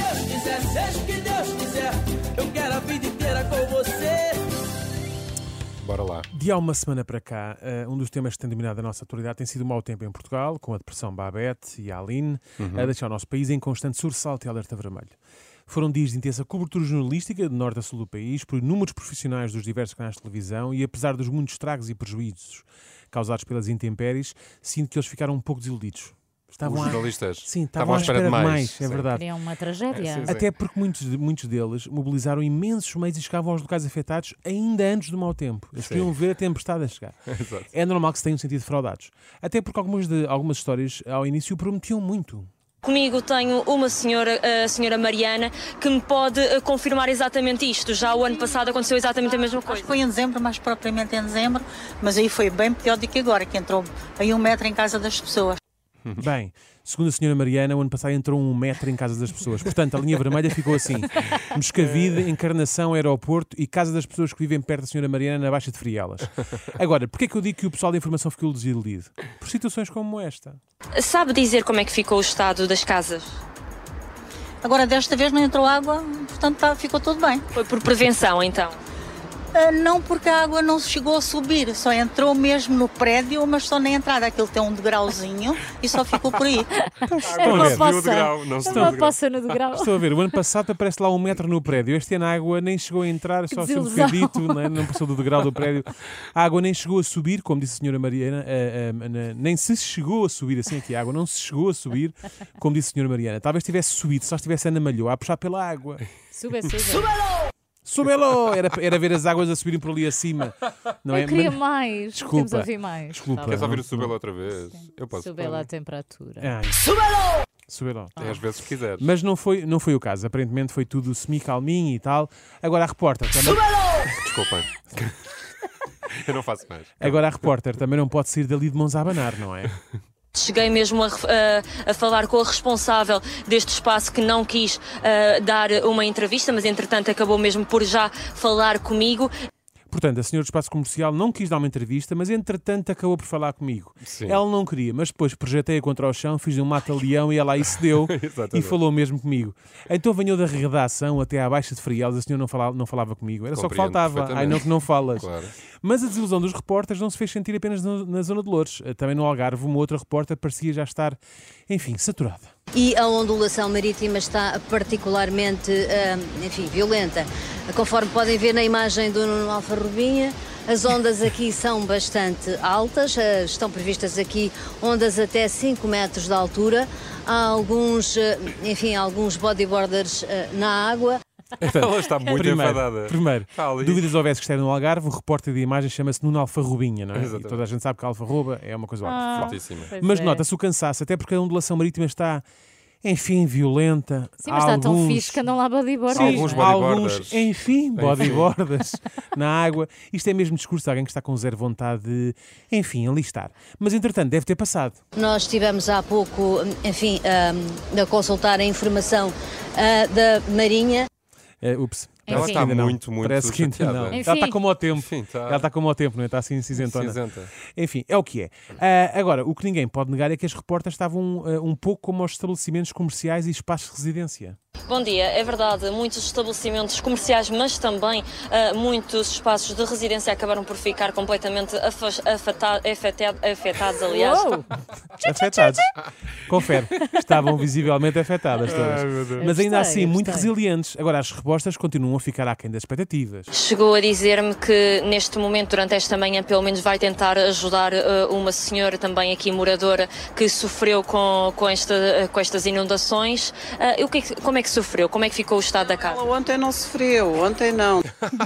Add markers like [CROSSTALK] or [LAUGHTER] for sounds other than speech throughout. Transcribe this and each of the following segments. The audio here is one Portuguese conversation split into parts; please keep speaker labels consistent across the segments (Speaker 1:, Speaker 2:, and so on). Speaker 1: Seja o que Deus quiser, eu quero a vida inteira com você.
Speaker 2: Bora lá.
Speaker 3: De há uma semana para cá, eh, um dos temas que tem dominado a nossa atualidade tem sido o mau tempo em Portugal, com a depressão Babette e a Aline, a deixar o nosso país em constante sobressalto e alerta vermelho. Foram dias de intensa cobertura jornalística de norte a sul do país por inúmeros profissionais dos diversos canais de televisão e apesar dos muitos estragos e prejuízos causados pelas intempéries, sinto que eles ficaram um pouco desiludidos. Estavam
Speaker 2: Os
Speaker 3: à-
Speaker 2: jornalistas
Speaker 3: Sim, estavam à espera de mais, é
Speaker 2: Sim.
Speaker 3: verdade.
Speaker 4: Seria uma tragédia.
Speaker 2: É, sim, sim.
Speaker 3: Até porque muitos, de- muitos deles mobilizaram imensos meios e chegavam aos locais afetados ainda antes do mau tempo. Eles
Speaker 2: Sim.
Speaker 3: queriam ver a tempestade a chegar.
Speaker 2: [LAUGHS] Exato.
Speaker 3: É normal que se tenham sentido fraudados. Até porque algumas, de, algumas histórias ao início prometiam muito.
Speaker 5: Comigo tenho uma senhora, a senhora Mariana, que me pode eh, confirmar exatamente isto. Já o ano passado aconteceu exatamente a mesma coisa.
Speaker 6: Foi em dezembro, mais propriamente em dezembro, mas aí foi bem pior do que agora, que entrou aí um metro em casa das pessoas.
Speaker 2: Uhum.
Speaker 3: Bem, segundo a senhora Mariana, o ano passado entrou um metro em casa das pessoas. Portanto, a linha vermelha ficou
Speaker 2: [LAUGHS]
Speaker 3: assim: Moscavide, Encarnação, Aeroporto e casa das pessoas que vivem perto da senhora Mariana na Baixa de
Speaker 2: [LAUGHS]
Speaker 3: Frielas. Agora, porquê é que eu digo que o pessoal da informação ficou desiludido? Por situações como esta.
Speaker 5: Sabe dizer como é que ficou o estado das casas?
Speaker 6: Agora desta vez não entrou água, portanto tá- ficou tudo bem.
Speaker 5: Foi por prevenção, então.
Speaker 6: Ah, Não porque a água não chegou a subir, só entrou mesmo no prédio, mas só na entrada. Aquilo tem um degrauzinho e só ficou por aí.
Speaker 3: Estão a
Speaker 4: Uma
Speaker 3: ver?
Speaker 4: poça.
Speaker 2: Subiu o degrau, não
Speaker 4: É
Speaker 2: subiu o
Speaker 4: uma
Speaker 2: degrau.
Speaker 4: poça no
Speaker 3: [LAUGHS]
Speaker 4: degrau.
Speaker 3: Estou a ver, o ano passado aparece lá um metro no prédio. Este ano a água nem chegou a entrar, só se um
Speaker 4: desilusão.
Speaker 3: bocadito, né? não passou do degrau do prédio. A água nem chegou a subir, como disse a senhora Mariana, eh, eh, na- nem se chegou a subir, assim aqui a água não se chegou a subir, como disse a senhora Mariana. Talvez tivesse subido, só estivesse Ana Malhou a puxar pela água.
Speaker 4: Suba, suba.
Speaker 3: Subelo! Era, era ver as águas a subirem por ali acima. Não é?
Speaker 4: Eu queria
Speaker 3: Mas-
Speaker 4: mais.
Speaker 3: Desculpa.
Speaker 4: Temos a ouvir mais.
Speaker 3: Desculpa. Queres
Speaker 4: Tá
Speaker 2: Queres
Speaker 4: bom.
Speaker 2: ouvir o Subelo outra vez? Eu posso.
Speaker 4: Suba lá a temperatura.
Speaker 3: Ai. Subelo!
Speaker 2: É, às vezes que quiseres.
Speaker 3: Mas não foi, não foi o caso, aparentemente foi tudo semi-calminho e tal. Agora a repórter também.
Speaker 2: Desculpem. [LAUGHS] Eu não faço mais.
Speaker 3: Agora a repórter também não pode sair dali de mãos a abanar,
Speaker 2: [LAUGHS]
Speaker 3: não é?
Speaker 5: Cheguei mesmo a, ref- eh, a- a falar com a responsável deste espaço que não quis eh, dar uma entrevista, mas entretanto acabou mesmo por já falar comigo.
Speaker 3: Portanto, a senhora do espaço comercial não quis dar uma entrevista, mas entretanto acabou por falar comigo.
Speaker 2: Sim.
Speaker 3: Ela não queria, mas depois projetei-a contra o chão, fiz um mata-leão e ela aí cedeu
Speaker 2: [LAUGHS]
Speaker 3: e
Speaker 2: Exatamente.
Speaker 3: falou mesmo comigo. Então venho da redação até à Baixa de Frielas, a senhora não falava, não falava comigo. Era só que
Speaker 2: Compreendo
Speaker 3: faltava. Ai,
Speaker 2: perfeitamente.
Speaker 3: não que não falas.
Speaker 2: Claro.
Speaker 3: Mas a desilusão dos repórteres não se fez sentir apenas no- na Zona de Lourdes. Também no Algarve, uma outra repórter parecia já estar, enfim, saturada.
Speaker 7: E a ondulação marítima está particularmente, ah, enfim, violenta. Conforme podem ver na imagem do Nuno Alfarrobinha, as ondas aqui são bastante altas, ah, estão previstas aqui ondas até 5 metros de altura. Há alguns, ah, enfim, alguns bodyboarders ah, na água.
Speaker 2: Ela está muito
Speaker 3: Então, É primeiro,
Speaker 2: enfadada.
Speaker 3: Primeiro,
Speaker 2: Está ali.
Speaker 3: dúvidas houvesse que estiver no Algarve, o repórter de imagem chama-se Nuno Alfarrobinha, não é? E
Speaker 2: Exatamente.
Speaker 3: toda a gente sabe que a alfarroba é uma coisa
Speaker 4: Ah,
Speaker 3: óbvima.
Speaker 2: Fortíssima.
Speaker 4: pois
Speaker 3: mas
Speaker 4: é.
Speaker 3: nota-se o cansaço, até porque a ondulação marítima está, enfim, violenta.
Speaker 4: Sim, mas
Speaker 3: Há
Speaker 4: está
Speaker 3: alguns...
Speaker 4: tão fixe que andam lá bodyboard.
Speaker 3: Sim,
Speaker 2: Alguns
Speaker 3: há
Speaker 2: bodyboarders.
Speaker 3: alguns, enfim, bodyboarders [LAUGHS] na água. Isto é mesmo discurso de alguém que está com zero vontade de, enfim, alistar. Mas entretanto, deve ter passado.
Speaker 7: Nós estivemos há pouco, enfim, ah, a consultar a informação ah, da Marinha
Speaker 3: Eh, ups.
Speaker 4: Ela
Speaker 3: parece que
Speaker 4: está
Speaker 3: ainda não.
Speaker 2: muito, muito
Speaker 3: Parece que ainda
Speaker 2: chateada.
Speaker 3: não.
Speaker 4: Enfim.
Speaker 3: Ela está como ao tempo.
Speaker 2: Enfim, está-
Speaker 3: Ela está como ao tempo, não é? Está assim cinzentona.
Speaker 2: Cinzenta.
Speaker 3: Enfim, é o que é. Ah, agora, o que ninguém pode negar é que as reportas estavam ah, um pouco como aos estabelecimentos comerciais e espaços de residência.
Speaker 5: Bom dia, é verdade, muitos estabelecimentos comerciais, mas também ah, muitos espaços de residência acabaram por ficar completamente afas- afeta- afeta- afetados, aliás.
Speaker 4: Uou!
Speaker 3: Afetadas. Confere, estavam visivelmente afetadas todas. Mas ainda
Speaker 4: Eu gostei,
Speaker 3: assim,
Speaker 4: eu
Speaker 3: muito
Speaker 4: gostei.
Speaker 3: resilientes. Agora, as respostas continuam a ficar aquém das
Speaker 4: [LAUGHS]
Speaker 3: expectativas.
Speaker 5: Chegou a dizer-me que neste momento, durante esta manhã, pelo menos vai tentar ajudar ah, uma senhora também aqui moradora que sofreu com, com, esta- ah, com estas inundações. Ah, e o que é que- como é que sofreu? Como é que ficou o estado da casa?
Speaker 8: Ela ontem não sofreu, ontem não.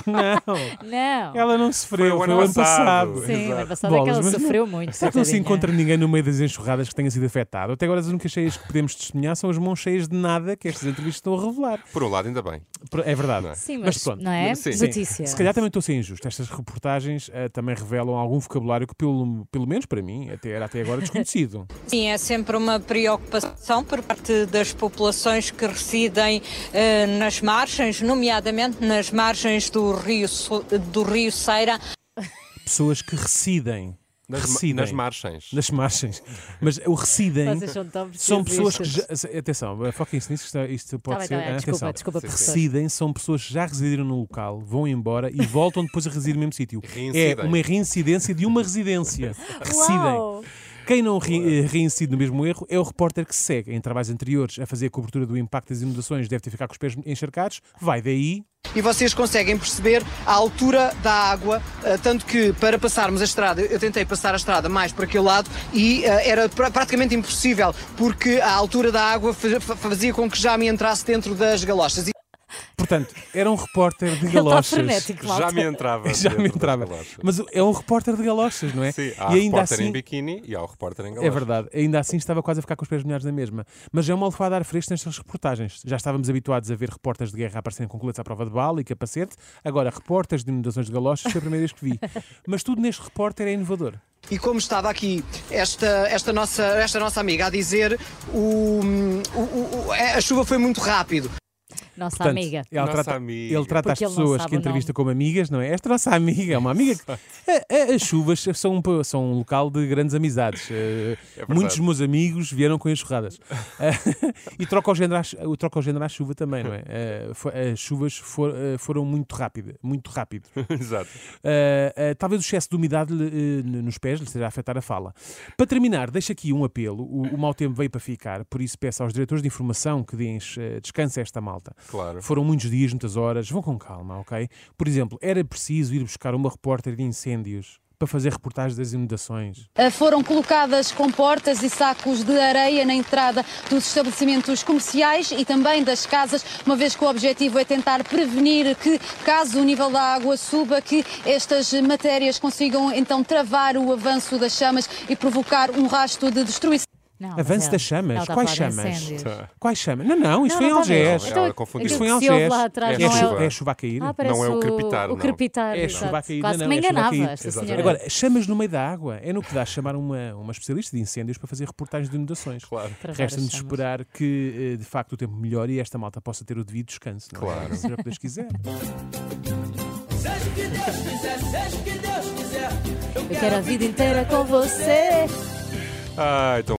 Speaker 3: Não,
Speaker 4: Não.
Speaker 3: ela não
Speaker 2: Foi
Speaker 3: sofreu,
Speaker 2: o
Speaker 3: foi
Speaker 2: ano
Speaker 3: o ano
Speaker 2: passado.
Speaker 3: passado.
Speaker 4: Sim,
Speaker 2: Exato.
Speaker 4: mas passado é
Speaker 3: É
Speaker 4: que
Speaker 3: Bolas,
Speaker 4: ela
Speaker 3: mas não-
Speaker 4: sofreu muito. é?
Speaker 3: Será que não se
Speaker 4: coitadinha.
Speaker 3: encontra ninguém no meio das enxurradas que tenha sido afetado? Até agora as únicas cheias que podemos testemunhar são as mãos cheias de nada que estas entrevistas estão a revelar.
Speaker 2: Por um lado, ainda bem.
Speaker 3: É verdade.
Speaker 2: Não é?
Speaker 4: Sim,
Speaker 3: Mas
Speaker 4: mas,
Speaker 3: pronto.
Speaker 4: não é?
Speaker 2: Sim.
Speaker 4: Notícia.
Speaker 3: Se calhar também estou a ser injusto. Estas reportagens eh, também revelam algum vocabulário que, pelo, pelo menos para mim, até, era até agora [LAUGHS] desconhecido.
Speaker 9: Sim, é sempre uma preocupação por parte das populações que residem eh, nas margens, nomeadamente nas margens do Rio, Su- do Rio Ceira.
Speaker 3: Pessoas que residem
Speaker 2: Nas,
Speaker 3: recidem.
Speaker 2: nas margens.
Speaker 3: Nas margens. Mas o recidem
Speaker 4: Vocês são tão
Speaker 3: são pessoas que já.
Speaker 4: precisistas.
Speaker 3: Atenção, eh, foquem-se nisso, que isto- isto
Speaker 4: Tá
Speaker 3: pode
Speaker 4: bem,
Speaker 3: ser.
Speaker 4: tá bem.
Speaker 3: eh,
Speaker 4: Desculpa,
Speaker 3: atenção.
Speaker 4: desculpa, professor.
Speaker 3: Residem são pessoas que já residiram no local, vão embora e voltam depois a residir no mesmo sítio. É
Speaker 2: Reincidem.
Speaker 3: uma reincidência de uma
Speaker 4: [LAUGHS]
Speaker 3: residência.
Speaker 4: Uau!
Speaker 3: Residem. Quem não re- eh, reincide no mesmo erro é o repórter que se segue em trabalhos anteriores a fazer a cobertura do impacto das inundações, deve ter ficado com os pés encharcados, vai daí
Speaker 10: e vocês conseguem perceber a altura da água, eh, tanto que para passarmos a estrada, eu tentei passar a estrada mais para aquele lado e eh, era pra- praticamente impossível, porque a altura da água fa- fa- fazia com que já me entrasse dentro das galochas. E
Speaker 3: Portanto, era um repórter de
Speaker 4: Ele está
Speaker 3: galochas.
Speaker 4: frenético, malta.
Speaker 2: Já me entrava.
Speaker 3: [LAUGHS] Já
Speaker 2: dentro
Speaker 3: me
Speaker 2: das
Speaker 3: entrava.
Speaker 2: galochas.
Speaker 3: Mas é um repórter de galochas, não é?
Speaker 2: Sim, há repórter em biquíni e há o repórter em
Speaker 3: É
Speaker 2: galochas.
Speaker 3: verdade, ainda assim estava quase a ficar com os pés molhados na mesma. Mas é uma alfada a ar fresco nestas reportagens. Já estávamos habituados a ver repórteres de guerra aparecerem com coletes à prova de bala e capacete, agora repórteres de inundações de galochas foi a primeira vez que vi. Mas tudo neste repórter é inovador.
Speaker 10: E como estava aqui esta, esta, nossa, esta nossa amiga a dizer, o, hum, o- o- o- a chuva foi muito rápido.
Speaker 4: Nossa
Speaker 3: Portanto, é-
Speaker 4: amiga.
Speaker 3: Ele
Speaker 2: Nossa
Speaker 3: trata,
Speaker 2: amiga.
Speaker 3: ele trata as
Speaker 4: Porque ele não
Speaker 3: pessoas
Speaker 4: sabe
Speaker 3: que
Speaker 4: o
Speaker 3: entrevista como amigas, não é? Esta nossa amiga é uma amiga. Que, A- a- as chuvas são um, pa- são um local de grandes amizades. Eh,
Speaker 2: É verdade.
Speaker 3: muitos dos meus amigos vieram com enxurradas.
Speaker 2: [LAUGHS]
Speaker 3: Eh, e troca o, género à, chu- o troca o género à chuva também, não é? Eh, fo- as chuvas for- eh, foram muito rápidas, muito rápido.
Speaker 2: [LAUGHS] Exato.
Speaker 3: Uh, uh, talvez o excesso de umidade lhe, uh, n- nos pés lhe esteja a afetar a fala. Para terminar, deixo aqui um apelo. O, o mau tempo veio para ficar, por isso peço aos diretores de informação que deem uh, descanso a esta malta.
Speaker 2: Claro.
Speaker 3: Foram muitos dias, muitas horas, vão com calma, ok? Por exemplo, era preciso ir buscar uma repórter de incêndios para fazer reportagens das inundações.
Speaker 11: Uh, Foram colocadas comportas e sacos de areia na entrada dos estabelecimentos comerciais e também das casas, uma vez que o objetivo é tentar prevenir que, caso o nível da água suba, que estas matérias consigam então travar o avanço das chamas e provocar um rasto de destruição.
Speaker 4: Não, mas
Speaker 3: Avanço das
Speaker 4: ela- ela
Speaker 3: chamas.
Speaker 4: está a
Speaker 3: Quais
Speaker 4: falar de
Speaker 3: chamas?
Speaker 4: incêndios.
Speaker 3: Quais chamas? Não, não, isto
Speaker 4: Não,
Speaker 3: foi em
Speaker 4: não tá está bem.
Speaker 3: Algés.
Speaker 2: Então, Ela
Speaker 4: aquilo
Speaker 2: confundiu.
Speaker 3: Isto
Speaker 4: que
Speaker 3: foi em
Speaker 4: se ouve
Speaker 3: Algés.
Speaker 4: lá atrás,
Speaker 3: É
Speaker 4: não é?
Speaker 2: chuva.
Speaker 3: chu- é chuva a cair.
Speaker 4: Ah, parece
Speaker 2: Não é o
Speaker 4: o
Speaker 2: crepitar,
Speaker 4: O
Speaker 2: não.
Speaker 4: crepitar,
Speaker 3: É
Speaker 4: exato.
Speaker 3: chuva a cair,
Speaker 4: Quase
Speaker 3: não,
Speaker 4: me
Speaker 3: é chuva a
Speaker 4: enganava
Speaker 3: cair.
Speaker 4: esta
Speaker 2: Exatamente.
Speaker 4: senhora.
Speaker 3: Agora, chamas no meio da água é no que dá a chamar uma, uma especialista de incêndios para fazer reportagens de inundações.
Speaker 2: Claro.
Speaker 4: Travar as
Speaker 3: Resta-nos
Speaker 4: chamas.
Speaker 3: esperar que eh, de facto o tempo melhore e esta malta possa ter o devido descanso. Não é?
Speaker 2: Claro.
Speaker 3: Seja o que Deus quiser.
Speaker 1: Seja o que Deus quiser, seja o que Deus quiser.
Speaker 4: Eu quero a vida inteira com você.
Speaker 2: Ah, então